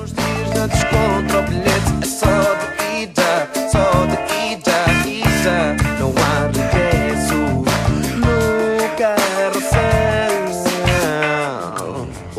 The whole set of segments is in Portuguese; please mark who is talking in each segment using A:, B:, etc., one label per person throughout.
A: nos dias da descontra, o bilhete é só de ida, só de ida, ida. Não há regresso no carrossel.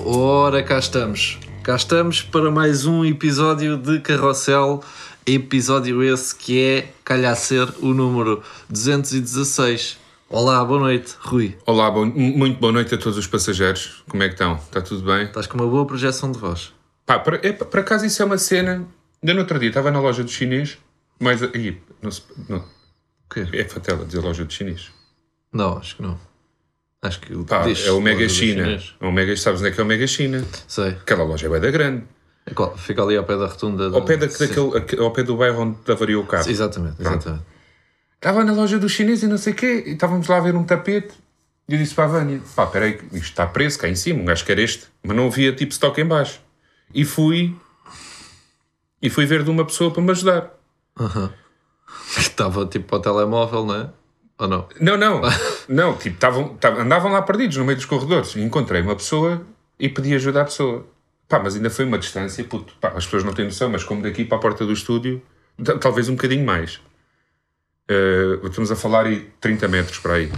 B: Ora, cá estamos. Cá estamos para mais um episódio de Carrossel. Episódio esse que é, calhar ser, o número 216. Olá, boa noite, Rui.
C: Olá, bom- muito boa noite a todos os passageiros. Como é que estão? Está tudo bem?
B: Estás com uma boa projeção de voz.
C: Pá, por, é, por acaso isso é uma cena. Ainda no outro dia estava na loja do chinês, mas. Aí, não, se- não,
B: O quê?
C: é fatela dizer loja do chinês.
B: Não, acho que não. Acho que o
C: Pá,
B: diz
C: é o Mega
B: loja do
C: China.
B: chinês.
C: É o Mega, sabes onde é que é o Mega China?
B: Sei.
C: Aquela loja é bem da grande.
B: É qual- Fica ali ao pé da rotunda.
C: Ao pé, da,
B: Sim.
C: daquele, aque- ao pé do bairro onde avariou o carro.
B: Sim, Exatamente, exatamente.
C: Estava na loja do chinês e não sei o quê, e estávamos lá a ver um tapete. E eu disse para a Vânia: pá, peraí, que isto está preso cá em cima, um gajo quer este, mas não havia tipo stock em baixo. E fui. E fui ver de uma pessoa para me ajudar.
B: Estava tipo para o telemóvel, não é? Ou não?
C: Não, não, não, tipo, estavam, estavam- andavam lá perdidos no meio dos corredores. E encontrei uma pessoa e pedi ajuda à pessoa. Pá, mas ainda foi uma distância, puto, pá, as pessoas não têm noção, mas como daqui para a porta do estúdio, ta- talvez um bocadinho mais. Eh, estamos a falar aí 30 metros para aí.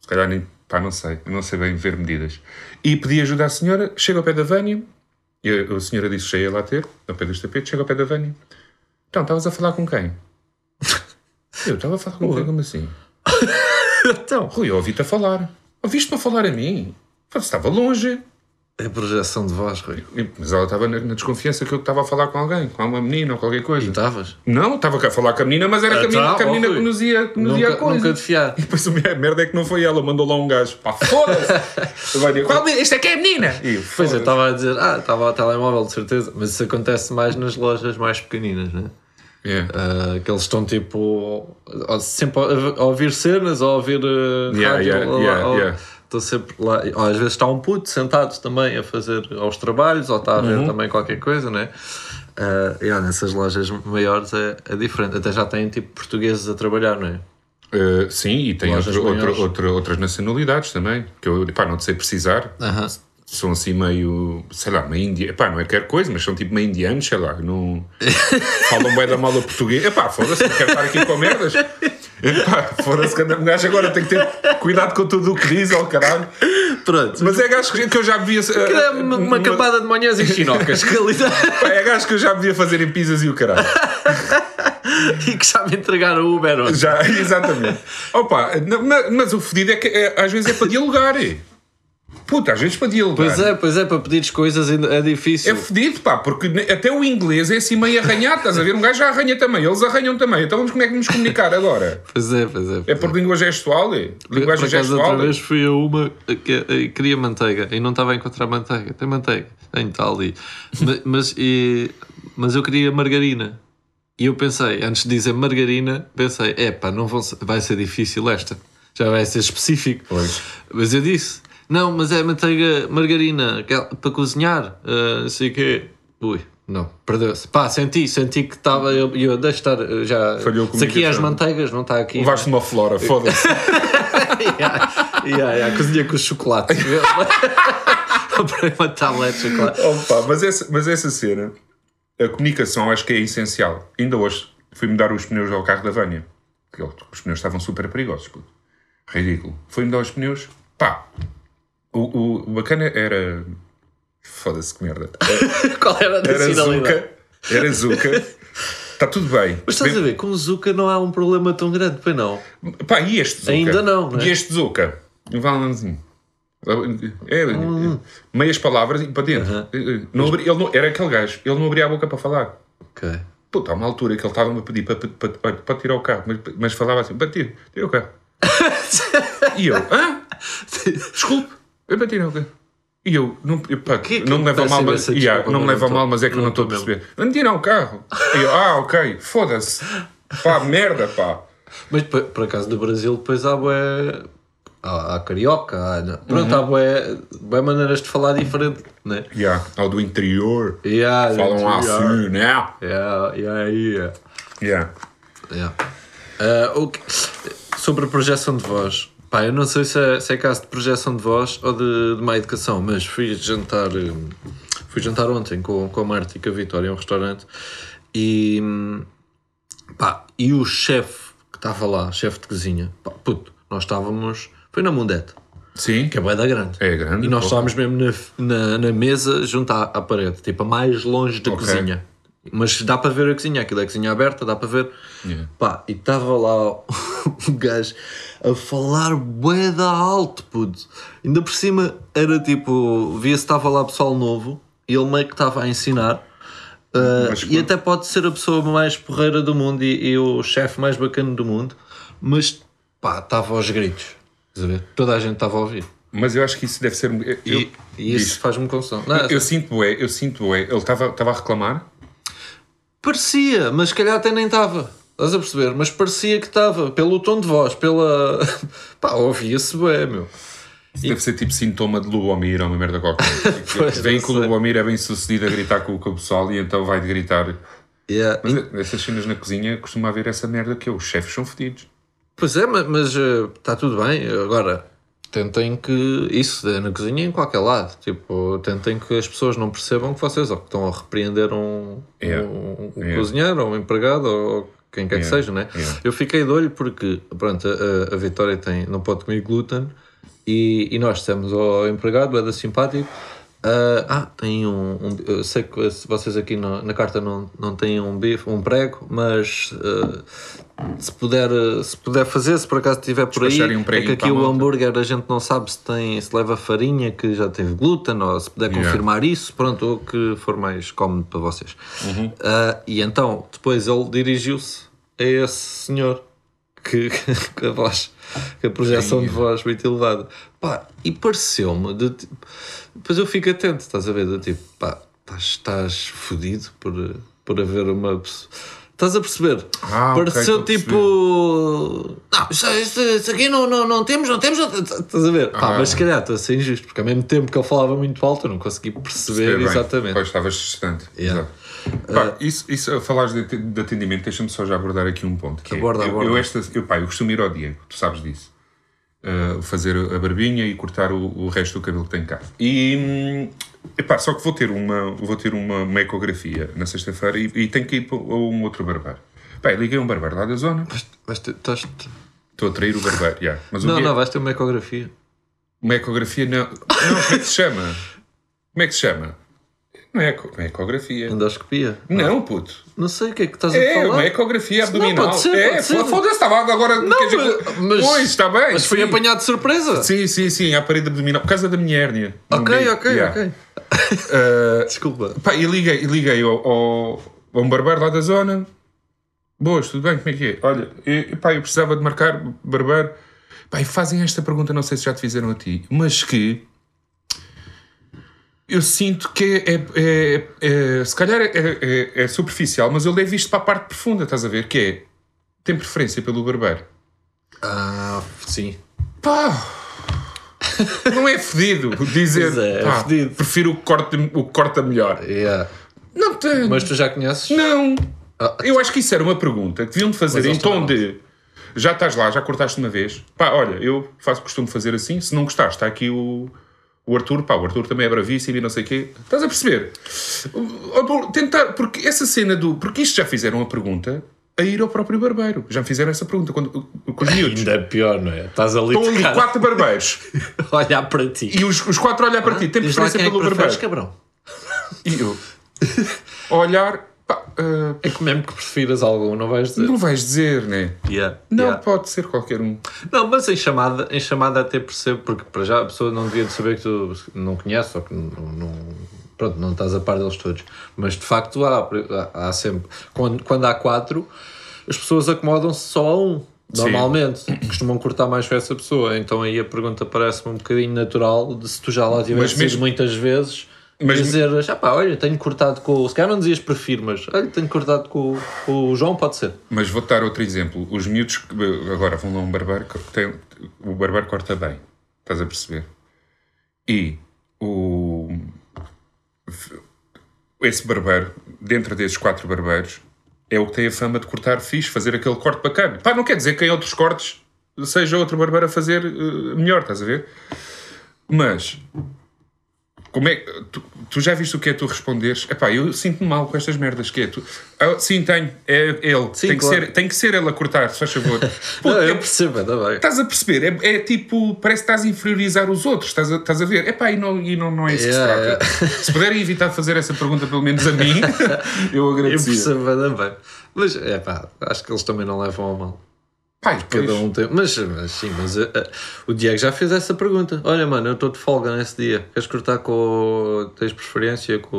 C: Se calhar nem, pá, não sei, eu não sei bem ver medidas. E pedi ajuda à senhora, chego ao pé da Vânia, e eh, a, a senhora disse que já ia lá ter, ao pé dos tapetes, chego ao pé da Vânia. Então, estavas a falar com quem? Eu estava a falar com quem, como assim?
B: Então.
C: Rui, eu ouvi-te a falar. Ouviste-me a falar a mim? Você estava longe.
B: É projeção de voz, Rui.
C: E- Mas ela estava na, na desconfiança que eu estava a falar com alguém, com uma menina ou qualquer
B: E
C: coisa. Então,
B: estavas?
C: Não, estava a falar com a menina, mas era
B: Ah,
C: com a menina,
B: tá,
C: com a
B: ó,
C: menina
B: Rui.
C: que nos ia, que nos ia a
B: Nunca,
C: coisa.
B: nunca de fiar.
C: E depois a minha- a merda é que não foi ela, mandou lá um gajo. Pá, foda-se! Eu vai dizer, "Qual menina? Isto é que é a menina! E eu,
B: Pois eu
C: "Foda-se."
B: estava a dizer, ah, estava ao telemóvel, de certeza. Mas isso acontece mais nas lojas mais pequeninas, né?
C: Yeah.
B: Ah, que eles estão tipo ou- sempre a, a ouvir cenas ou a ouvir eh,
C: Yeah,
B: rádio.
C: yeah,
B: ou-
C: yeah,
B: ou-
C: yeah.
B: Estão sempre lá. Ou às vezes está um puto sentado também a fazer aos trabalhos ou está a
C: Uhum.
B: ver também qualquer coisa, né? Ah, e olha, nessas lojas maiores é, é diferente. Até já têm tipo portugueses a trabalhar, não é?
C: Eh, sim, e tem
B: Lojas
C: outro- outro-
B: maiores.
C: outro- outras nacionalidades também, que eu pá, não te sei precisar.
B: Aham.
C: São assim meio, sei lá, meio indiano. Pá, não é qualquer coisa, mas são tipo meio indianos, sei lá. Não... Falam bem da mala portuguesa. Epá, foda-se, não quero estar aqui com merdas. Epá, foda-se, cada um gajo agora tem que ter cuidado com tudo o que diz, ao caralho.
B: Pronto.
C: Mas é gajo que eu já devia.
B: É uma, uma capada de manhãs e chinocas que ali tá- dá-
C: É gajo que eu já devia fazer em pizzas e o caralho.
B: e que sabe entregar o Uber. hoje.
C: Já, exatamente. Opa, na- na- mas o fedido é que é, às vezes é para dialogar. eh. Puta, às vezes para dialogar.
B: Pois é, pois é, para pedires coisas ainda é
C: É
B: difícil.
C: fedido, pá, porque ne- até o inglês é assim meio arranhado, estás a ver? Um gajo já arranha também, eles arranham também. Então vamos como é que vamos comunicar agora?
B: Pois é, pois é.
C: É
B: pois é.
C: por língua gestual? é? Linguagem
B: Por acaso,
C: gestual?
B: outra vez fui a uma que eh, queria manteiga e não estava a encontrar manteiga. Tem manteiga, tem tal e. Ma- Mas, e- mas eu queria margarina. E eu pensei, antes de dizer margarina, pensei, epá, não vão, ser- vai ser difícil esta. Já vai ser específico.
C: Pois.
B: Mas eu disse, não, mas é manteiga, margarina, aquela para cozinhar, ah, não sei o quê. Ui, não, perdeu-se. Pá, senti, senti que estava, eu, eu deixo estar, eu já...
C: Falhou a
B: Se aqui é as
C: comunicação.
B: manteigas, não está aqui.
C: Levaste uma flora, foda-se.
B: yeah, yeah, yeah, cozinha com chocolate. Comprei uma tablete de chocolate.
C: Opa, mas, essa, mas essa cena, a comunicação acho que é essencial. Ainda hoje fui mudar os pneus ao carro da Vânia. Porque ele- Os pneus estavam super perigosos, puto. Ridículo. Fui mudar os pneus, pá. O, o- o bacana era. Foda-se que merda.
B: Qual era a
C: Era
B: nacionalidade?
C: Zuka. Era Zuka. Está tudo bem.
B: Mas estás a ver, com o Zuka não há um problema tão grande, pois não?
C: Pá, e este Zuka?
B: Ainda não, não é?
C: E este Zuka? Um Valãozinho. É,
B: Hum.
C: Meias palavras e para dentro. Não abri- ele não, era aquele gajo. Ele não abria a boca para falar.
B: Ok.
C: Puta, há uma altura que ele estava-me a pedir para, para, para, olha, pode tirar o carro, mas, mas falava assim: para tirar, tira o carro. e eu, hã? Desculpe, eu para tirar o carro. E eu, não, eu, pá,
B: Que é que
C: não me
B: eu
C: leva a mal,
B: peço
C: mas,
B: imensa
C: Yeah,
B: desculpa,
C: não me
B: mas
C: leva a
B: não
C: mal,
B: tô-
C: mas é que eu
B: não
C: não estou a
B: tô mesmo.
C: perceber. Não tirar o carro. E eu, ah, ok, foda-se. Pá, merda, pá.
B: Mas por, por acaso no Brasil depois há bué... Há, há carioca, há... não. Pronto, há bué, bué maneiras de falar diferente, não é?
C: Yeah, ao do interior,
B: Yeah,
C: falam
B: yeah,
C: assim, né?
B: Yeah, yeah, yeah.
C: Yeah.
B: Yeah. Ah, o que- Sobre a projeção de voz, pá, eu não sei se é, se é caso de projeção de voz ou de, de má educação, mas fui jantar, hum, Fui jantar ontem com, com a Marta e com a Vitória a um restaurante e, hum, pá, e o chefe que estava lá, chefe de cozinha, pá, puto, nós estávamos. Foi na Mundete,
C: Sim.
B: que é bué da grande.
C: É grande,
B: E nós
C: pô.
B: estávamos mesmo na, na, na mesa junto à, à parede, tipo a mais longe da
C: Ok.
B: cozinha. Mas dá para ver a cozinha, aquilo é a cozinha aberta, dá para ver.
C: Yeah.
B: Pá, e estava lá o gajo a falar bué da alto, puto. Ainda por cima era tipo, via-se que estava lá pessoal novo e ele meio que estava a ensinar. Uh,
C: Mas
B: e
C: quando-
B: até pode ser a pessoa mais porreira do mundo e, e o chefe mais bacana do mundo, mas pá, estava aos gritos. Estás a ver? Toda a gente estava a ouvir.
C: Mas eu acho que isso deve ser. eu-
B: E, e isso
C: diz.
B: faz-me confusão. Não,
C: Eu sinto bué, eu sinto bué. Ele estava estava a reclamar?
B: Parecia, mas se calhar até nem estava. Estás a perceber? Mas parecia que estava, pelo tom de voz, pela. Pá, ouvia-se bem, meu.
C: Isso deve ser tipo sintoma de Lubomir ou uma merda qualquer.
B: Pois,
C: Vem
B: não
C: que o
B: sei.
C: Lubomir é bem sucedido a gritar com, com o pessoal e então vai de gritar.
B: Yeah.
C: Mas essas cenas na cozinha costuma haver essa merda que é, os chefes são fedidos.
B: Pois é, ma- mas está tudo bem. Agora, tentem que. Isso, eh, na cozinha e em qualquer lado. Tipo, tentem que as pessoas não percebam que vocês ou que estão a repreender um,
C: Yeah.
B: um, um
C: Yeah.
B: cozinheiro ou um empregado ou quem quer
C: Yeah.
B: que seja, né?
C: Yeah.
B: Eu fiquei de olho porque, pronto, a, a- a Vitória tem, não pode comer glúten e, e nós temos ao empregado, é da simpático. ah, ah, tem um, um- Eu sei que vocês aqui na- na carta não, não têm um bife, um prego, mas ah, se, puder, ah, se puder fazer, se por acaso estiver por aí,
C: Despacharem um
B: é
C: preguinho
B: que aqui
C: para a
B: o
C: malta.
B: hambúrguer a gente não sabe se, tem, se leva farinha que já teve glúten ou se puder
C: Yeah.
B: confirmar isso, pronto, o que for mais cómodo para vocês.
C: Uhum.
B: Ah, e então, depois ele dirigiu-se a esse senhor que, com a voz, com a projeção de voz muito elevada. Pá, e pareceu-me de tipo. Depois eu fico atento, estás a ver? Do tipo, pá, estás, estás fodido por, por haver uma pessoa. Estás a perceber?
C: Ah, ok,
B: Pareceu
C: estou a
B: tipo. Não, isso, isso- isso aqui não, não, não temos, não temos. não temos." Estás a ver? Pá,
C: Ah.
B: mas se calhar estou a ser injusto, porque ao mesmo tempo que ele falava muito alto, eu não consegui perceber
C: Bem,
B: exatamente.
C: Pois estavas distante.
B: Yeah. Ah.
C: Exato. Pá, isso, isso a falar de, ati- de atendimento, deixa-me só já abordar aqui um ponto. que é,
B: Aborda,
C: eu,
B: aborda.
C: Eu, esta, eu, pá, eu costumo ir ao Diego, tu sabes disso. Uh, fazer a barbinha e cortar o, o resto do cabelo que tenho cá. E hum, epá, só que vou ter uma, vou ter uma, uma ecografia na sexta-feira e, e tenho que ir para um outro barbeiro. Pá, eu liguei a um barbeiro lá da zona,
B: Mas- mas tu- estás-
C: estou a trair o barbeiro. yeah. Mas o
B: Não,
C: dia-
B: não, vais ter uma ecografia.
C: uma ecografia não. Não, como é que se chama? Como é que se chama? Não é eco- não é ecografia.
B: Endoscopia.
C: Não, puto.
B: Não sei o que é que estás a
C: É,
B: falar.
C: uma ecografia
B: Não,
C: abdominal.
B: pode ser,
C: é,
B: pode ser.
C: fo- foda-se, estava agora. quer dizer,
B: mas- mas-
C: pois, está bem.
B: Mas fui
C: sim.
B: apanhado de surpresa.
C: Sim, sim, sim, à parede abdominal, por causa da minha hérnia. no
B: Ok,
C: umbigo.
B: ok,
C: Yeah. Eh,
B: ok. Desculpa.
C: Pá, e liguei, e liguei ao, ao, a um barbeiro lá da zona. Boas, tudo bem? Como é que é? Olha, e, pá, eu precisava de marcar barbeiro. Pá, e fazem esta pergunta, não sei se já te fizeram a ti, mas que eu sinto que é, é- é- é- se calhar é, é- é superficial, mas eu levo isto para a parte profunda, estás a ver? Que é, tem preferência pelo barbeiro.
B: Ah, sim.
C: Pá! Não é fedido dizer,
B: Pois é, é
C: "Pá,
B: fedido."
C: prefiro o que corta, o que corta melhor.
B: Yeah.
C: Não tem.
B: Mas tu já conheces?
C: Não.
B: Ah.
C: Eu acho que isso era uma pergunta que deviam de fazer
B: Mas
C: em
B: eles
C: tom
B: não.
C: de já estás lá, já cortaste uma vez. Pá, olha, eu faço costume fazer assim. Se não gostares, está aqui o, o Arthur. Pá, o Arthur também é bravíssimo e não sei o quê. Estás a perceber? Ou por- Tentar, porque essa cena do. Porque isto já fizeram a pergunta a ir ao próprio barbeiro. Já me fizeram essa pergunta quando, com os miúdos.
B: Ainda é pior, não é? Estás ali
C: Estão ali
B: de cara
C: quatro barbeiros
B: a olhar para ti.
C: e os, os quatro a olhar para ti. Tem
B: Diz lá
C: preferência
B: quem é
C: pelo
B: que preferes,
C: barbeiro.
B: cabrão.
C: E eu. a olhar. Pá, ah,
B: É que mesmo que prefiras algum, não vais dizer.
C: não vais dizer, né?
B: Yeah,
C: Não
B: yeah.
C: pode ser qualquer um.
B: Não, mas em chamada, em chamada até percebo, porque para já a pessoa não devia de saber que tu não conheces ou que não, não- pronto, não estás a par deles todos. Mas de facto há, há, há sempre. Quando, quando há quatro, as pessoas acomodam-se só a um. Normalmente, costumam cortar mais com essa pessoa, então aí a pergunta parece-me um bocadinho natural de se tu já lá tivesses
C: mesmo-
B: ido muitas vezes
C: Mas-
B: dizer, ah pá, olha, tenho cortado com o. Se calhar não dizias prefiro, mas olha, tenho cortado com, o- com o João, pode ser.
C: Mas vou dar outro exemplo. Os miúdos que, eh, agora vão lá a um barbeiro, que tem- o barbeiro corta bem. Estás a perceber? E o. Esse barbeiro, dentro desses quatro barbeiros, é o que tem a fama de cortar fixe, fazer aquele corte bacana. Pá, não quer dizer que em outros cortes seja outro barbeiro a fazer eh, melhor, estás a ver? Mas Como é que- tu, tu já viste o que é tu responderes? Epá, eu sinto-me mal com estas merdas que é tu. "Ah, sim, tenho, é ele.
B: Sim,
C: tem,
B: claro.
C: que ser, tem que ser ele a cortar, se faz favor. Pô,
B: Não,
C: é-
B: eu percebo, está bem.
C: Estás a perceber? É, é tipo, parece que estás a inferiorizar os outros, estás a, estás a ver? Epá, e não, e não, não é isso
B: Yeah,
C: que se trata. Se puderem evitar fazer essa pergunta, pelo menos a mim, eu
B: Eu
C: agradecia.
B: percebo ainda bem. Mas é pá, acho que eles também não levam a mal.
C: Pai,
B: Cada
C: pois.
B: um tem. Mas, mas sim, mas eh, eh, o Diego já fez essa pergunta. Olha, mano, eu estou de folga nesse dia. Queres cortar com. o- Tens preferência com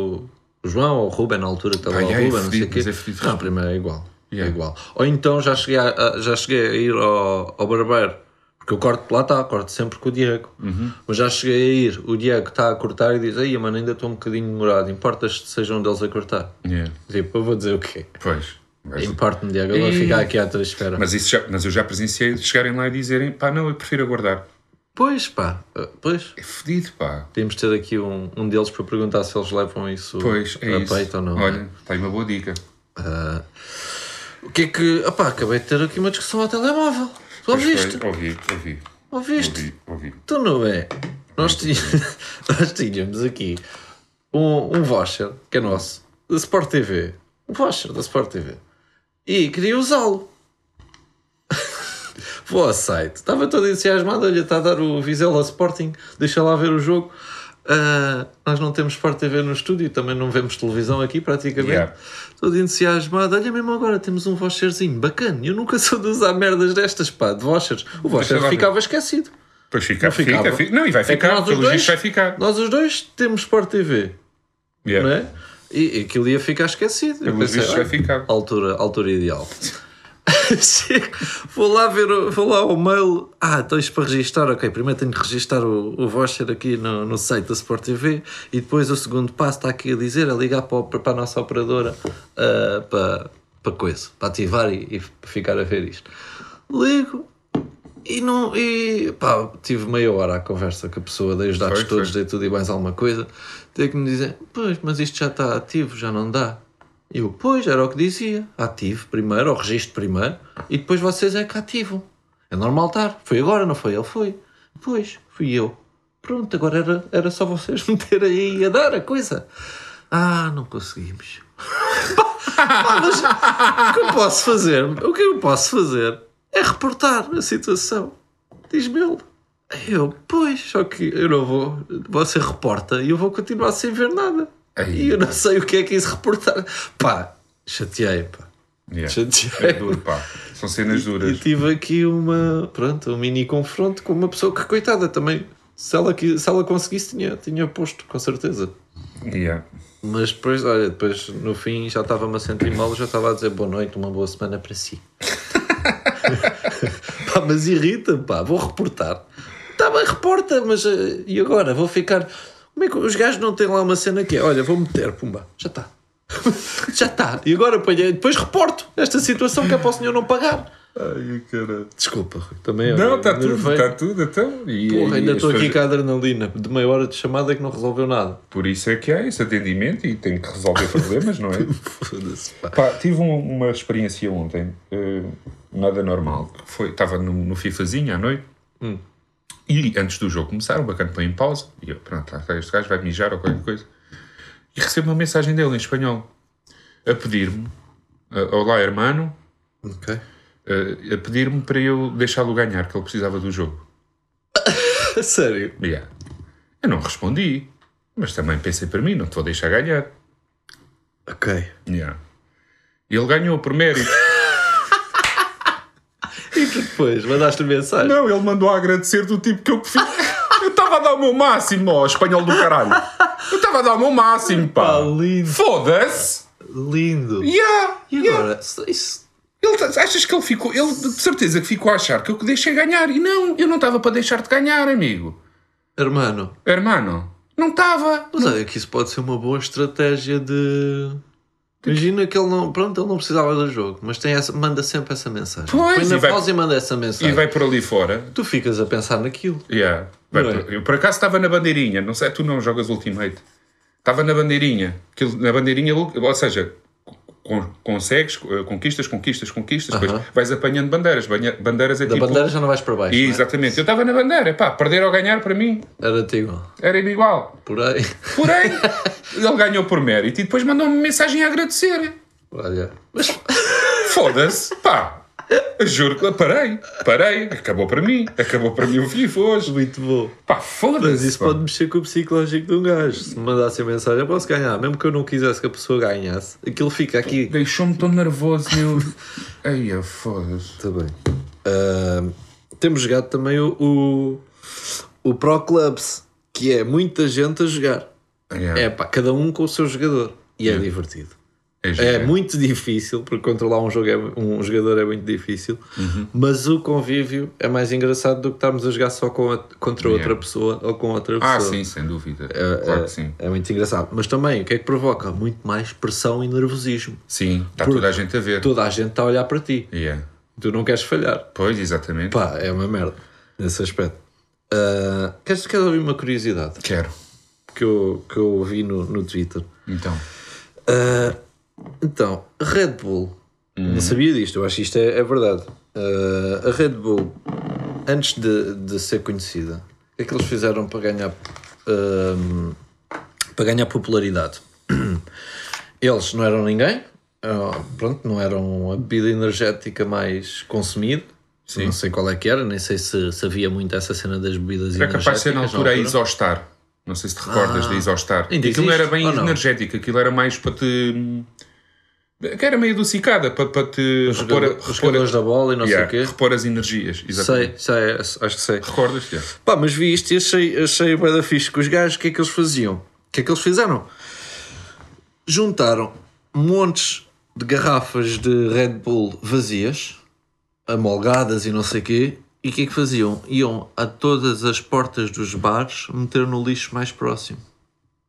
B: o João ou o Ruben na altura que estava
C: Pá,
B: lá o
C: é
B: Ruben, não sei
C: fedido,
B: o quê.
C: mas é fedido.
B: Não, primeiro é igual. É
C: Yeah.
B: igual. Ou então já cheguei a, a- já cheguei a ir ao, ao barbeiro. Porque eu corto, lá está, corto sempre com o Diego.
C: Uhum.
B: Mas já cheguei a ir, o Diego está a cortar e diz: Aí, mano, ainda estou um bocadinho demorado. Importas que seja um deles a cortar?
C: Yeah,
B: Tipo, eu vou dizer o quê?
C: É, pois. Mas,
B: Importa-me, Diego, eu vou
C: E-
B: ficar aqui à tua espera.
C: mas isso já- mas eu já presenciei de chegarem lá e dizerem, pá, não, eu prefiro aguardar.
B: Pois, pá, eh, pois.
C: É fedido, pá.
B: Podíamos ter aqui um, um deles para perguntar se eles levam isso
C: Pois, é
B: a
C: isso.
B: peito ou não.
C: Olha, está aí uma boa dica.
B: Ah, o que é que. Opá, acabei de ter aqui uma discussão ao telemóvel. Tu
C: Pois foi,
B: ouviste?
C: Ouvi, ouvi,
B: Ouviste?
C: ouvi, ouvi.
B: Tu não é? Nós, tính- Nós tínhamos aqui um, um voucher, que é nosso, da Sport TV. Um voucher da Sport TV. E queria usá-lo. Vou ao site. Estava todo entusiasmado. Olha, está a dar o Vizela Sporting. Deixa lá ver o jogo. Ah, nós não temos Sport TV no estúdio. Também não vemos televisão aqui, praticamente.
C: Yeah.
B: Todo entusiasmado. Olha, mesmo agora temos um voucherzinho bacana. Eu nunca sou de usar merdas destas, pá, de vouchers. O voucher
C: lá ver.
B: ficava esquecido.
C: Pois fica, fica,
B: ficava.
C: fica. Não, e vai
B: É que
C: ficar,
B: nós os
C: pelo
B: dois-
C: visto vai ficar.
B: Nós os dois temos Sport TV,
C: Yeah.
B: não é? E e aquilo ia ficar esquecido. Eu
C: Pelos
B: pensei,
C: vistos vai
B: "Olha,
C: ficar."
B: Altura, altura ideal. Chego, vou lá ver, o- vou lá ao mail. Ah, então isto para registrar, ok. Primeiro tenho que registrar o, o voucher aqui no, no site da Sport TV e depois o segundo passo está aqui a dizer: é ligar para, o- para a nossa operadora ah, para, para coisa, para ativar e, e ficar a ver isto. Ligo, e não. E pá, tive meia hora à conversa com a pessoa, dei os dados
C: Foi,
B: todos,
C: foi.
B: dei tudo e mais alguma coisa. Tem que me dizer, pois, mas isto já está ativo, já não dá. Eu, pois, era o que dizia. Ativo primeiro, ou registro primeiro, e depois vocês é que ativam. É normal estar. Foi agora, não foi? Ele foi. Pois, fui eu. Pronto, agora era, era só vocês meterem aí a dar a coisa. Ah, não conseguimos. Pá, mas o que eu posso fazer? O que eu posso fazer é reportar a situação. Diz-me ele. Eu, pois, só que eu não vou. Você reporta e eu vou continuar sem ver nada.
C: Ai.
B: E eu não sei o que é que é isso reportar. Pá, chateei, pá.
C: Yeah. É
B: Chateei.
C: duro, pá. São cenas
B: E
C: duras.
B: tive aqui uma, pronto, um mini confronto com uma pessoa que, coitada, também, se ela, quis- se ela conseguisse, tinha, tinha posto, com certeza.
C: Yeah.
B: Mas depois, olha, depois no fim já estava-me a sentir mal, já estava a dizer boa noite, uma boa semana para si. pá, mas irrita-me, pá, vou reportar. Está bem, reporta, mas eh, e agora? Vou ficar. Como é que os gajos não têm lá uma cena que é? Olha, vou meter, pumba, já está. já está. E agora apanhei, depois reporto esta situação que é para o senhor não pagar.
C: Ai, caralho.
B: Desculpa, Rui, também é.
C: Não, está tudo,
B: nervei.
C: está tudo, então. E,
B: Porra,
C: e
B: ainda
C: as
B: estou aqui
C: pessoas-
B: com a adrenalina de meia hora de chamada é que não resolveu nada.
C: Por isso é que há esse atendimento e tem que resolver problemas, não é?
B: Foda-se, pá.
C: Pá, tive um- uma experiência ontem, eh, nada normal. que Foi, estava no, no FIFAzinho à noite
B: Hum.
C: e antes do jogo começar, o bacana põe em pausa e eu, pronto, lá está este gajo vai mijar ou qualquer coisa. E recebo uma mensagem dele em espanhol a pedir-me: eh, Olá, hermano,
B: Ok.
C: eh, a pedir-me para eu deixá-lo ganhar, que ele precisava do jogo.
B: A sério.
C: Yeah. Eu não respondi, mas também pensei para mim, não te vou deixar ganhar.
B: Ok.
C: Yeah. Ele ganhou por mérito.
B: E tu depois mandaste-lhe mensagem.
C: não, ele mandou a agradecer do tipo que eu fiz. Eu estava a dar o meu máximo, ó, espanhol do caralho. Eu estava a dar o meu máximo, pá.
B: Pá, lindo.
C: Foda-se!
B: Lindo.
C: Yeah,
B: E
C: yeah.
B: agora? se- Isso.
C: Ele, tá- achas que ele ficou, ele de certeza que ficou a achar que eu que deixei ganhar. E não, eu não estava para deixar-te ganhar, amigo.
B: Hermano,
C: Hermano, não estava.
B: mas olha que isso pode ser uma boa estratégia de.
C: Tipo-
B: Imagina que ele não. Pronto, ele não precisava do jogo, mas tem essa, manda sempre essa mensagem.
C: Pois,
B: Põe na
C: e vai-
B: pausa e manda essa
C: E
B: mensagem.
C: vai por ali fora,
B: Tu ficas a pensar naquilo.
C: Yeah. Vai,
B: Não é?
C: por- Eu por acaso estava na bandeirinha, não sei, tu não jogas Ultimate. Estava na bandeirinha, que ele- na bandeirinha, ele- ou seja, con- consegues, eh, conquistas, conquistas, conquistas, depois vais apanhando bandeiras. Banha- Bandeiras é
B: Da
C: tipo.
B: bandeira já não vais para baixo.
C: E,
B: não é?
C: exatamente, eu estava na bandeira, pá, perder ou ganhar para mim
B: Era te igual.
C: era igual.
B: Por aí.
C: Porém, ele ganhou por mérito e depois mandou-me uma mensagem a agradecer.
B: Olha. Mas
C: Foda-se, pá. Juro que parei, parei, acabou para mim, acabou para mim o vivo hoje.
B: muito bom.
C: Pá,
B: Mas
C: foda-se.
B: isso
C: pá.
B: pode mexer com o psicológico de um gajo. Se me mandasse a mensagem, eu posso ganhar. Mesmo que eu não quisesse que a pessoa ganhasse, aquilo fica aqui.
C: Deixou-me tão nervoso, meu. Ai, eu foda-se.
B: Está bem. Ahm, temos jogado também o, o, o Pro Clubs, que é muita gente a jogar. É
C: Yeah,
B: pá, cada um com o seu jogador. E é divertido.
C: Uhum. é
B: É
C: giro.
B: muito difícil, porque controlar um, jogo é- um jogador é muito difícil,
C: Uhum.
B: mas o convívio é mais engraçado do que estarmos a jogar só com a- contra
C: Yeah.
B: outra pessoa ou com outra pessoa.
C: Ah, sim, sem dúvida. claro que sim.
B: É muito engraçado. Mas também, o que é que provoca? Muito mais pressão e nervosismo.
C: Sim, está Tá toda a gente a ver.
B: Toda a gente está a olhar para ti.
C: Yeah.
B: Tu não queres falhar.
C: Pois, exatamente.
B: Pá, é uma merda nesse aspecto. Ah, queres, queres ouvir uma curiosidade
C: Quero.
B: que eu, que eu ouvi no, no Twitter?
C: Então,
B: Então, Red Bull,
C: Hum.
B: não sabia disto, eu acho que isto é, é verdade. Uh, a Red Bull, antes de, de ser conhecida, o que é que eles fizeram para ganhar, um, para ganhar popularidade? Eles não eram ninguém, ah, pronto, não eram a bebida energética mais consumida. Não sei qual é que era, nem sei se, se havia muito essa cena das bebidas
C: era É capaz de ser na altura a
B: energéticas na altura.
C: Isostar. Não sei se te recordas da Isostar.
B: Ah, ainda
C: Aquilo era
B: existe,
C: bem
B: ou não?
C: energético, aquilo era mais para te. que era meio adocicada, para, para te repor, a-
B: Os
C: repor,
B: jogadores
C: a-
B: da bola e não
C: Yeah,
B: sei o quê.
C: repor as energias. Exatamente.
B: Sei, sei, acho que sei.
C: Recordas-te?
B: Pá, mas vi isto e achei, achei bué da fixe que os gajos, o que é que eles faziam? O que é que eles fizeram? Juntaram montes de garrafas de Red Bull vazias, amolgadas e não sei quê, e o que é que faziam? Iam a todas as portas dos bares meter no lixo mais próximo.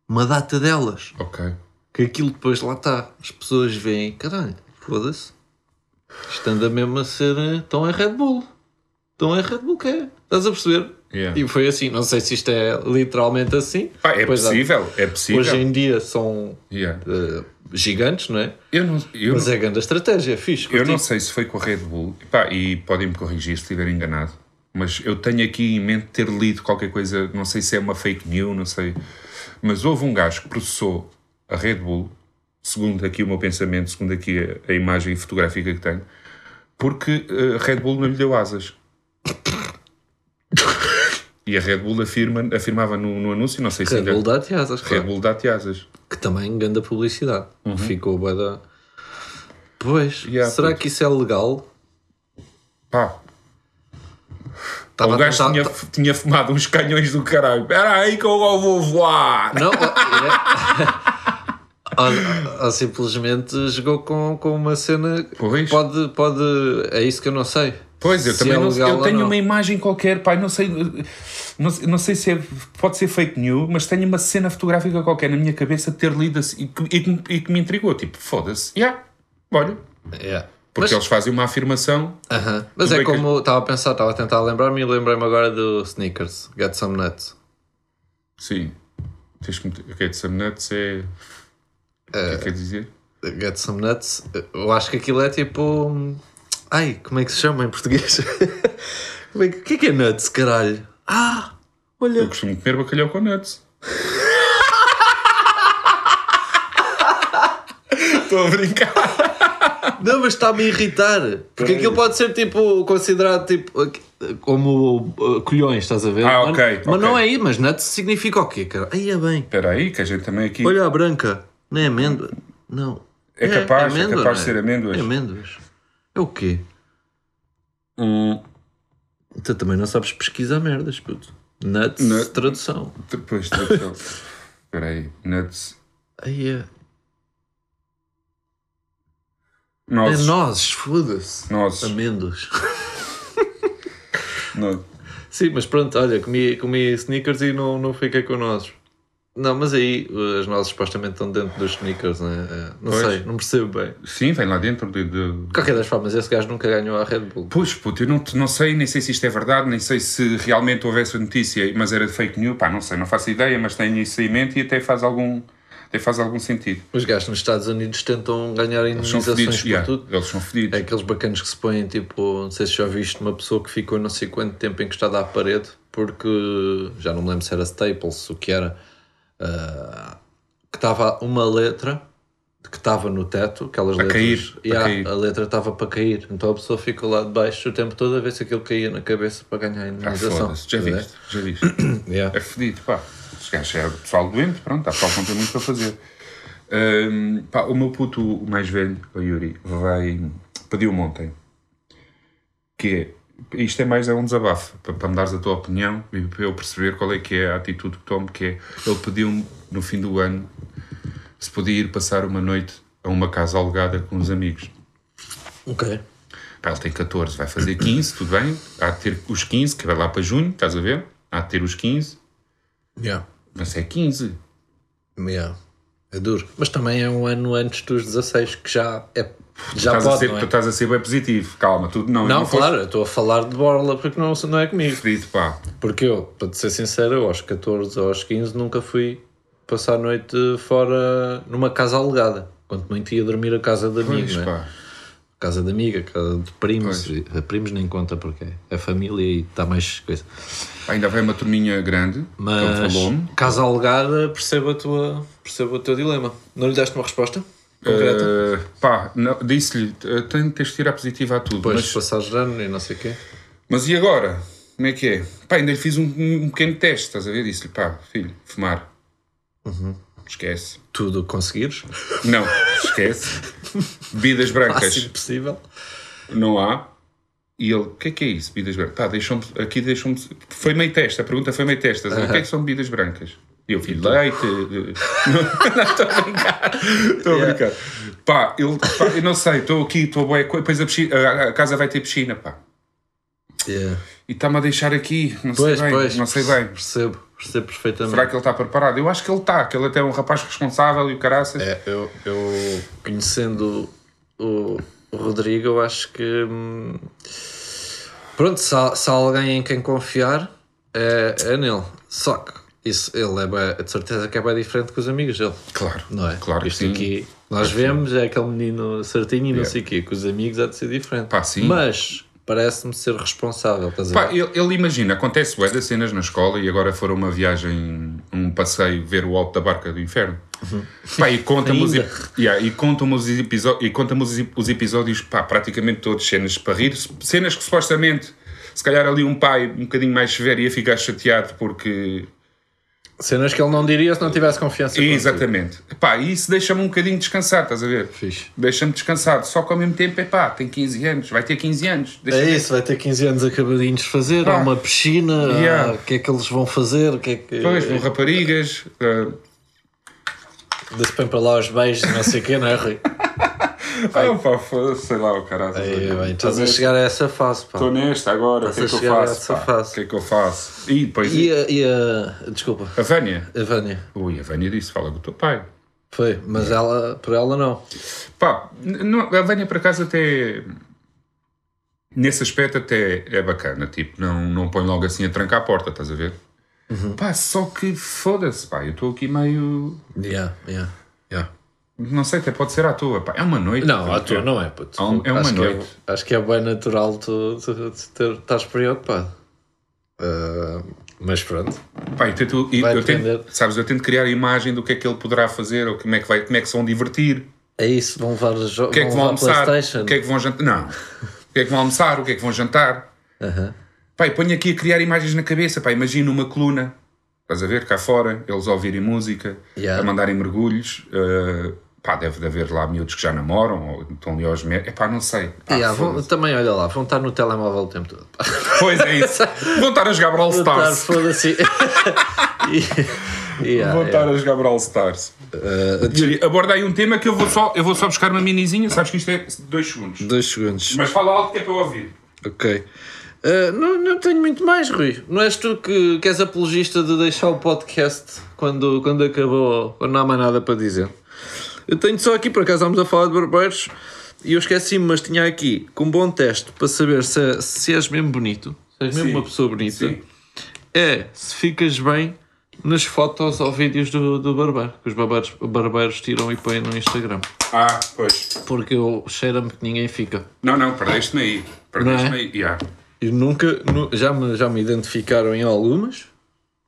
B: Uma data delas.
C: Ok.
B: Que aquilo depois lá está. As pessoas veem, caralho, foda-se. Isto anda mesmo a ser. eh, Tão é Red Bull. Tão é Red Bull que é. Estás a perceber?
C: Yeah.
B: E foi assim. Não sei se isto é literalmente assim.
C: Pá, é
B: Pois há-
C: possível, é possível.
B: Hoje em dia são
C: Yeah.
B: eh, gigantes, não é?
C: Eu não, eu
B: Mas
C: não-
B: é grande estratégia, fixe.
C: eu não
B: curti.
C: sei se foi com a Red Bull, Pá, e podem-me corrigir se estiver enganado, mas eu tenho aqui em mente ter lido qualquer coisa, não sei se é uma fake news, não sei. Mas houve um gajo que processou a Red Bull, segundo aqui o meu pensamento, segundo aqui a, a imagem fotográfica que tenho, porque eh, a Red Bull não lhe deu asas. e a Red Bull afirma, afirmava no, no anúncio, não sei se
B: Red
C: ainda.
B: Bull dá asas,
C: Red
B: claro.
C: Bull dá-te asas.
B: Que também grande publicidade. Ficou bué da... Pois,
C: Yeah,
B: será
C: pois.
B: que isso é legal?
C: Pá,
B: Estava
C: o
B: a
C: Um gajo
B: tentar-
C: tinha, tinha fumado uns canhões do caralho. Espera aí que eu vou voar.
B: Não, ou, é- ou- ou simplesmente jogou com, com uma cena que
C: Pois.
B: pode, pode. É isso que eu não sei.
C: Pois, eu
B: Se
C: também
B: é
C: não,
B: legal
C: eu
B: ou
C: tenho
B: não.
C: uma imagem qualquer, pai, não sei, não, sei- não sei se é, pode ser fake news, mas tenho uma cena fotográfica qualquer na minha cabeça de ter lido assim, e, que, e que me- e que me intrigou, tipo, foda-se, yeah, olha,
B: Yeah.
C: porque
B: Mas,
C: eles fazem uma afirmação,
B: Aham. Mas
C: Tu
B: é
C: bem que-
B: como. Estava a pensar, estava a tentar lembrar-me e lembrei-me agora do Sneakers, Get Some Nuts.
C: sim, tens que meter, ok, de some nuts é, o que
B: Eh,
C: é que quer dizer?
B: Get Some Nuts, eu acho que aquilo é tipo. hum, Ai, como é que se chama em português? Como é que- O que é que é nuts, caralho? Ah,
C: Eu
B: olha.
C: costumo comer bacalhau com nuts. Estou a brincar.
B: Não, mas está-me a irritar. Porque aquilo pode ser tipo considerado tipo como uh, colhões, estás a ver?
C: Ah,
B: mas,
C: ok,
B: Mas
C: ok.
B: não é aí, mas nuts significa o quê, cara? Aí é bem.
C: Espera aí, que a gente também aqui.
B: Olha a branca, não é amêndoa? Não.
C: É capaz, é
B: amêndoa,
C: capaz
B: não
C: de ser amêndoas.
B: É amêndoas. É o quê?
C: Hum,
B: Tu também não sabes pesquisar merdas, puto. Nuts,
C: Nut-
B: tradução.
C: depois tradução. Espera aí, nuts.
B: Aí é. É
C: Nozes.
B: nozes, foda-se.
C: Nozes.
B: Amêndoas.
C: No-
B: Sim, mas pronto, olha, comi, comi sneakers e não, não fiquei com nozes. Não, mas aí uh, as nozes supostamente estão dentro dos sneakers, né? É, não
C: Pois.
B: sei, não percebo bem. De
C: Sim, vem lá dentro de. de-
B: qualquer das formas, esse gajo nunca ganhou a Red Bull.
C: Pois, puto, eu não, te- não sei, nem sei se isto é verdade, nem sei se realmente houve essa notícia, mas era de fake news, pá, não sei, não faço ideia, mas tenho isso em mente e até faz algum, até faz algum sentido.
B: Os gajos nos Estados Unidos tentam ganhar
C: Eles são
B: indenizações
C: fedidos,
B: por
C: yeah,
B: tudo.
C: eles são fedidos.
B: É aqueles bacanos que se põem, tipo, não sei se já viste uma pessoa que ficou não sei quanto tempo encostada à parede porque já não me lembro se era Staples, o que era, ah, que estava uma letra que estava no teto, aquelas
C: A
B: letras.
C: cair, a
B: Yeah,
C: cair.
B: a letra estava para cair. Então a pessoa ficou lá de baixo o tempo todo a ver se aquilo caía na cabeça para ganhar a
C: Ah,
B: indenização.
C: foda-se, já
B: Estás a ver?
C: viste, já viste.
B: Yeah.
C: É fedido, pá. Os gajos é pessoal doente, pronto, há pessoal que não tem muito para fazer. Ahm, pá, o meu puto, o mais velho, o Yuri, vai. pediu-me ontem. Que é. Isto é mais é um desabafo, para, para me dares a tua opinião e para eu perceber qual é que é a atitude que tomo, que é. Ele pediu-me no fim do ano se podia ir passar uma noite a uma casa alugada com os amigos. É.
B: Ok.
C: Pá, ele tem 14, vai fazer 15, tudo bem. Há de ter os 15, que vai lá para junho, estás a ver? Há de ter os 15,
B: Yeah.
C: mas é 15.
B: Yeah. É duro. Mas também é um ano antes dos 16 que já é. Já
C: estás,
B: pode,
C: a ser,
B: não é?
C: tu estás a ser bem positivo, calma, tu não,
B: Não,
C: foste
B: claro, eu estou a falar de borla porque não, não é comigo.
C: fedido, pá.
B: Porque eu, para te ser sincero, eu aos 14 ou aos 15 nunca fui passar a noite fora numa casa alugada. Quanto muito ia dormir a casa de
C: Pois,
B: amigos, não é?
C: pá.
B: casa de amiga, casa de primos. E- Primos nem conta porque é família e está mais coisa.
C: Ainda vai uma turminha grande, que ele
B: Mas
C: falou-me.
B: casa alugada, percebo, a tua, percebo o teu dilema. Não lhe deste uma resposta concreta?
C: Eh, pá, não- disse-lhe, eh, tenho que tirar positiva a tudo,
B: Depois
C: mas
B: de passar de ano e não sei o quê.
C: Mas e agora? Como é que é? Pá, ainda lhe fiz um, um pequeno teste, estás a ver? Disse-lhe, pá, filho, fumar.
B: Uhum.
C: Esquece.
B: Tudo o que conseguires,
C: Não, esquece. Bebidas
B: assim
C: brancas,
B: possível.
C: não há. E ele, o que é que é isso, bebidas brancas? Pá, deixam aqui deixam-me... Foi meio teste, a pergunta foi meio teste. estás a ver? O que é que são bebidas brancas? E eu,
B: Então.
C: filho, leite... eh, eh." Não, não, estou a brincar. Estou a brincar. Pá, ele, pá, eu não sei, estou aqui, estou bem... Depois a, piscina, a- a casa vai ter piscina, pá.
B: Yeah.
C: E está-me a deixar aqui, não
B: Pois,
C: sei bem,
B: pois.
C: não sei bem.
B: Percebo, percebo perfeitamente.
C: Será que ele está preparado? Eu acho que ele está, que ele até é um rapaz responsável e o caraças.
B: É, eu, eu conhecendo o, o Rodrigo, eu acho que hum, pronto, se há, se há alguém em quem confiar é, é nele. Só que isso, ele é bué- de certeza que é bem diferente com os amigos dele,
C: Claro,
B: não é?
C: claro que
B: Isto
C: sim.
B: aqui nós vemos, é aquele menino certinho e não sei o quê, com os amigos há de ser diferente.
C: Pá, sim.
B: Mas parece-me ser responsável, estás a
C: Pá,
B: ver?
C: ele, ele imagina, acontece bué das cenas na escola e agora foram uma viagem, um passeio ver o alto da barca do inferno. Pá, e conta-me os,
B: Ainda.
C: ep- yeah, e conta-me os, episo- e conta-me os ep- os episódios, pá, praticamente todos, cenas para rir, cenas que supostamente, se calhar ali um pai um bocadinho mais severo ia ficar chateado porque
B: Cenas que ele não diria se não tivesse confiança. contigo.
C: Exatamente. Pá, e isso deixa-me um bocadinho descansado, estás a ver?
B: Fixe.
C: Deixa-me descansado. Só que ao mesmo tempo, é pá, tem 15 anos, vai ter 15 anos. Deixa-
B: É isso, vai ter 15 anos acabadinhos de fazer,
C: Pá.
B: há uma piscina, há-
C: Yeah.
B: o que é que eles vão fazer, o que é que.
C: Pois, vão um raparigas. ah,
B: Desse bem para lá os beijos, e não sei o quê, não é, Rui?
C: ah, pá, foda-se, sei lá, o caralho.
B: Aí, É, então bem, estás a chegar a essa fase, pá.
C: Estou nesta agora, o que é
B: Estás
C: que
B: a
C: eu
B: chegar a
C: faço?
B: essa
C: pá?
B: fase.
C: O que é que eu faço? E depois.
B: E a, e a- Desculpa,
C: A Vânia.
B: a Vânia.
C: Ui, a Vânia disse, fala com o teu pai.
B: Foi, mas ela, por ela não.
C: Pá, n- não, a Vânia por acaso até. Nesse aspecto até é bacana, tipo, não, não põe logo assim a trancar a porta, estás a ver?
B: Uhum.
C: Pá, só que foda-se, pá, eu estou aqui meio.
B: Yeah, yeah, yeah.
C: Não sei, até pode ser à toa, pá, é uma noite.
B: Não,
C: pá,
B: à tua não é, puto.
C: É um- é uma
B: acho
C: noite.
B: Que é, acho que é bem natural tu, tu, tu ter- estás preocupado. Ah, mas pronto.
C: Pá, eu tento, e
B: Vai
C: eu
B: depender.
C: tento, sabes, eu tento criar a imagem do que é que ele poderá fazer, ou como é que, vai, como é que se vão divertir,
B: É isso, vão levar os jogos.
C: o que é que vão almoçar,
B: PlayStation.
C: o que é que vão jantar. Não, o que é que vão almoçar, o que é que vão jantar.
B: Aham.
C: Pai, ponho aqui a criar imagens na cabeça. Pai, imagina uma coluna. Estás a ver cá fora, eles a ouvirem música,
B: Yeah.
C: a mandarem mergulhos. eh, pá, deve de haver lá miúdos que já namoram ou estão ali aos meses. É pá, não sei. Pá,
B: Yeah, vão-
C: foda-se.
B: também, olha lá, vão estar no telemóvel o tempo todo.
C: Pois é isso. Vão estar a jogar Brawl
B: Vão estar,
C: Stars.
B: foda-se. yeah,
C: Vão
B: yeah. Eh,
C: estar a jogar Brawl Stars. Yuri, aborda aí um tema que eu vou só, eu vou só buscar uma minizinha. Sabes que isto é dois segundos.
B: Dois segundos,
C: Mas fala alto que é para eu ouvir.
B: ok. Ah, não, não tenho muito mais, Rui. Não és tu que, que és apologista de deixar o podcast quando, quando acabou, quando não há mais nada para dizer. Eu tenho só aqui, por acaso estamos a falar de barbeiros e eu esqueci-me, mas tinha aqui com um bom teste para saber se, se és mesmo bonito, se és mesmo
C: Sim.
B: uma pessoa bonita.
C: Sim.
B: É se ficas bem nas fotos ou vídeos do, do barbeiro, que os barbeiros, barbeiros tiram e põem no Instagram.
C: Ah, pois.
B: Porque eu cheira-me que ninguém fica.
C: Não, não, perdeste-me aí. Perdeste-me
B: Não é?
C: aí. Yeah.
B: E nunca, nu- já, me, já me identificaram em algumas,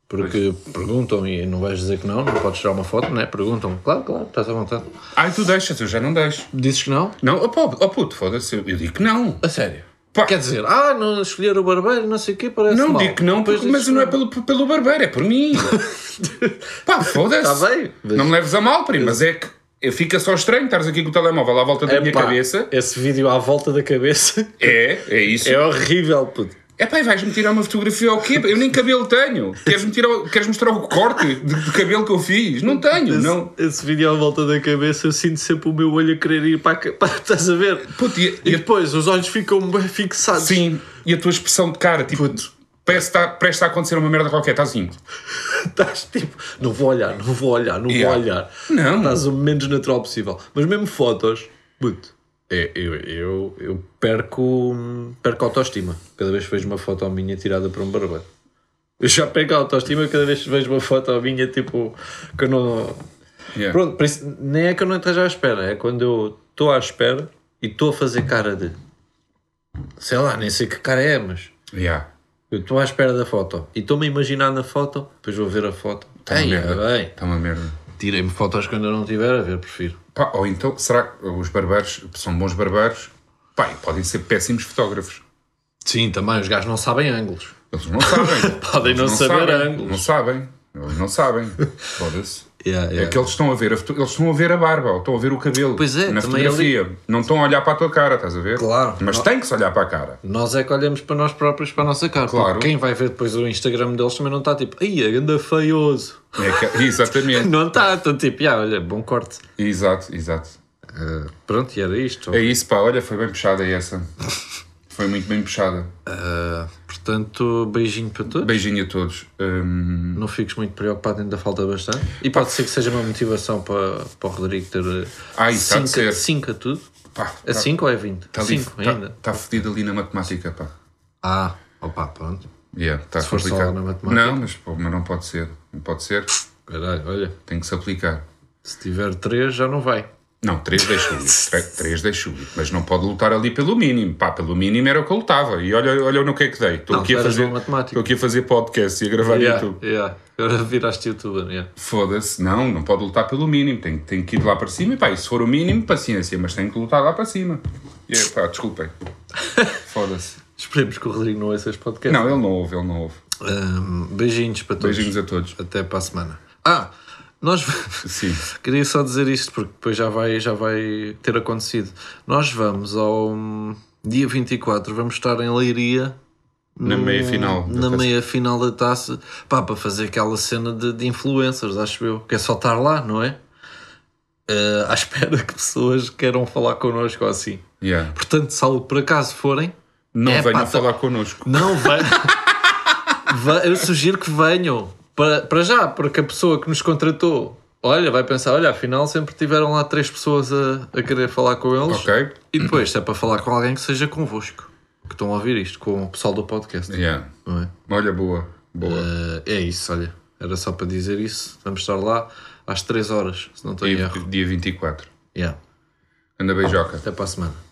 B: porque perguntam e não vais dizer que não, não podes tirar uma foto, não é? Perguntam, claro, claro, estás à vontade.
C: Ai, tu deixas, eu já não deixo.
B: Dizes que não?
C: Não, oh, pô, oh puto, foda-se, eu eu digo que não.
B: A sério.
C: Pá.
B: Quer dizer, ah, não escolher o barbeiro, não sei o quê, parece
C: Não,
B: mal.
C: digo que não,
B: Depois
C: porque, mas
B: dizes
C: não é
B: que
C: pelo, pelo barbeiro, é por mim. Pá, foda-se.
B: Tá bem, mas-
C: Não me leves a mal, primo, mas é que eu- fica só estranho estares aqui com o telemóvel à volta da minha
B: Epá,
C: cabeça.
B: Esse vídeo à volta da cabeça
C: É, é isso.
B: é horrível, puto.
C: É pá, e vais-me tirar uma fotografia ou quê? Eu nem cabelo tenho. Queres-me tirar- queres mostrar o corte de, de cabelo que eu fiz? Não tenho,
B: Esse,
C: não.
B: esse vídeo à volta da cabeça, eu sinto sempre o meu olho a querer ir para a ca- para- Estás a ver?
C: Puto, e-
B: E
C: e-
B: depois os olhos ficam bem fixados.
C: Sim, e a tua expressão de cara, tipo, parece que está presta a acontecer uma merda qualquer, estás assim.
B: Estás tipo, não vou olhar, não vou olhar, não
C: Yeah.
B: vou olhar.
C: Não.
B: Estás o menos natural possível. Mas mesmo fotos, puto, é, eu, eu, eu perco, perco a autoestima. Cada vez que vejo uma foto minha tirada por um barbeiro. Eu já perco a autoestima cada vez que vejo uma foto minha, tipo, que eu não.
C: Yeah.
B: Pronto, por isso, nem é que eu não esteja à espera, é quando eu estou à espera e estou a fazer cara de. Sei lá, nem sei que cara é, mas.
C: Yeah.
B: Eu estou à espera da foto e estou-me a imaginar na foto, depois vou ver a foto.
C: Tá uma
B: Ei,
C: merda.
B: bem.
C: Está uma merda.
B: Tirei-me fotos quando eu não tiver a ver, prefiro.
C: Pá, ou então, será que os barbeiros são bons barbeiros? Pá, e podem ser péssimos fotógrafos.
B: Sim, também, os gajos não sabem ângulos.
C: Eles não sabem.
B: Podem
C: Eles
B: não saber
C: sabem.
B: ângulos.
C: Não sabem. Eles não sabem. Foda-se.
B: Yeah,
C: É que eles estão a ver, a foto- eles estão a ver a barba, ou estão a ver o cabelo
B: Pois é,
C: na
B: também ali-
C: fotografia. Não estão a olhar para a tua cara, estás a ver?
B: Claro.
C: Mas
B: Não-
C: tem que se olhar para a cara.
B: Nós é que olhamos para nós próprios, para a nossa cara.
C: Claro.
B: Porque Quem vai ver depois o Instagram deles também não está tipo, ai, a ganda feioso.
C: É que- Exatamente.
B: Não está, estão tipo, "Ya, olha, bom corte.
C: exato, exato.
B: Ah, pronto, e era isto.
C: É isso, pá. Olha, foi bem puxada essa. Foi muito bem puxada.
B: Ah, portanto, beijinho para todos.
C: Beijinho a todos. Hum,
B: Não fiques muito preocupado, ainda falta bastante. E pode ser que seja uma motivação para, para o Rodrigo ter
C: Ah, isso há
B: 5
C: de ser.
B: a tudo.
C: pá,
B: É 5 ou é 20?
C: tá,
B: 5 ainda.
C: Está fedido ali na matemática, pá.
B: Ah, opa, pronto.
C: Yeah, tá
B: for só
C: complicado.
B: na matemática.
C: Não, mas, pô, mas não pode ser. Não pode ser.
B: Caralho, olha.
C: Tem que se aplicar.
B: Se tiver 3, já não vai.
C: Não, três deixo ir. Tre- três deixo ir. Mas não pode lutar ali pelo mínimo. Pá, pelo mínimo era o que eu lutava. E olha, olha no que é que dei. Estou
B: Não,
C: aqui, a
B: tu eras
C: fazer-
B: bom em matemática.
C: estou aqui a fazer podcast e a gravar
B: Yeah,
C: YouTube.
B: yeah. Agora viraste youtuber, yeah.
C: Foda-se. Não, não pode lutar pelo mínimo. Tem, tem que ir lá para cima. E pá, e se for o mínimo, paciência. Mas tem que lutar lá para cima. E é, pá, desculpem. Foda-se.
B: Esperemos que o Rodrigo não ouça este podcast.
C: Não, ele não ouve, ele não ouve.
B: Ahm, beijinhos para todos.
C: Beijinhos a todos.
B: Até para a semana. Ah, nós.
C: Sim.
B: Queria só dizer isto porque depois já vai, já vai ter acontecido. Nós vamos ao hum, dia 24, vamos estar em Leiria
C: Na meia final. da
B: Hum, na
C: taça.
B: meia final da taça pá, para fazer aquela cena de, de influencers, acho eu, que é só estar lá, não é? Eh, à espera que pessoas queiram falar connosco ou assim.
C: Yeah.
B: Portanto, salvo por acaso forem,
C: Não
B: É,
C: venham
B: pá, tá-
C: falar connosco.
B: não venham. Ve- eu sugiro que venham para, para já, porque a pessoa que nos contratou, olha, vai pensar, olha, afinal sempre tiveram lá três pessoas a, a querer falar com eles.
C: Ok?
B: E depois, se é para falar com alguém que seja convosco, que estão a ouvir isto, com o pessoal do podcast.
C: Yeah.
B: Não é?
C: Olha, boa. Boa.
B: Eh, é isso, olha. Era só para dizer isso. Vamos estar lá às 3 horas, se não estou em
C: dia,
B: Eh, erro.
C: dia 24.
B: Yeah.
C: Anda beijoca.
B: Até para a semana.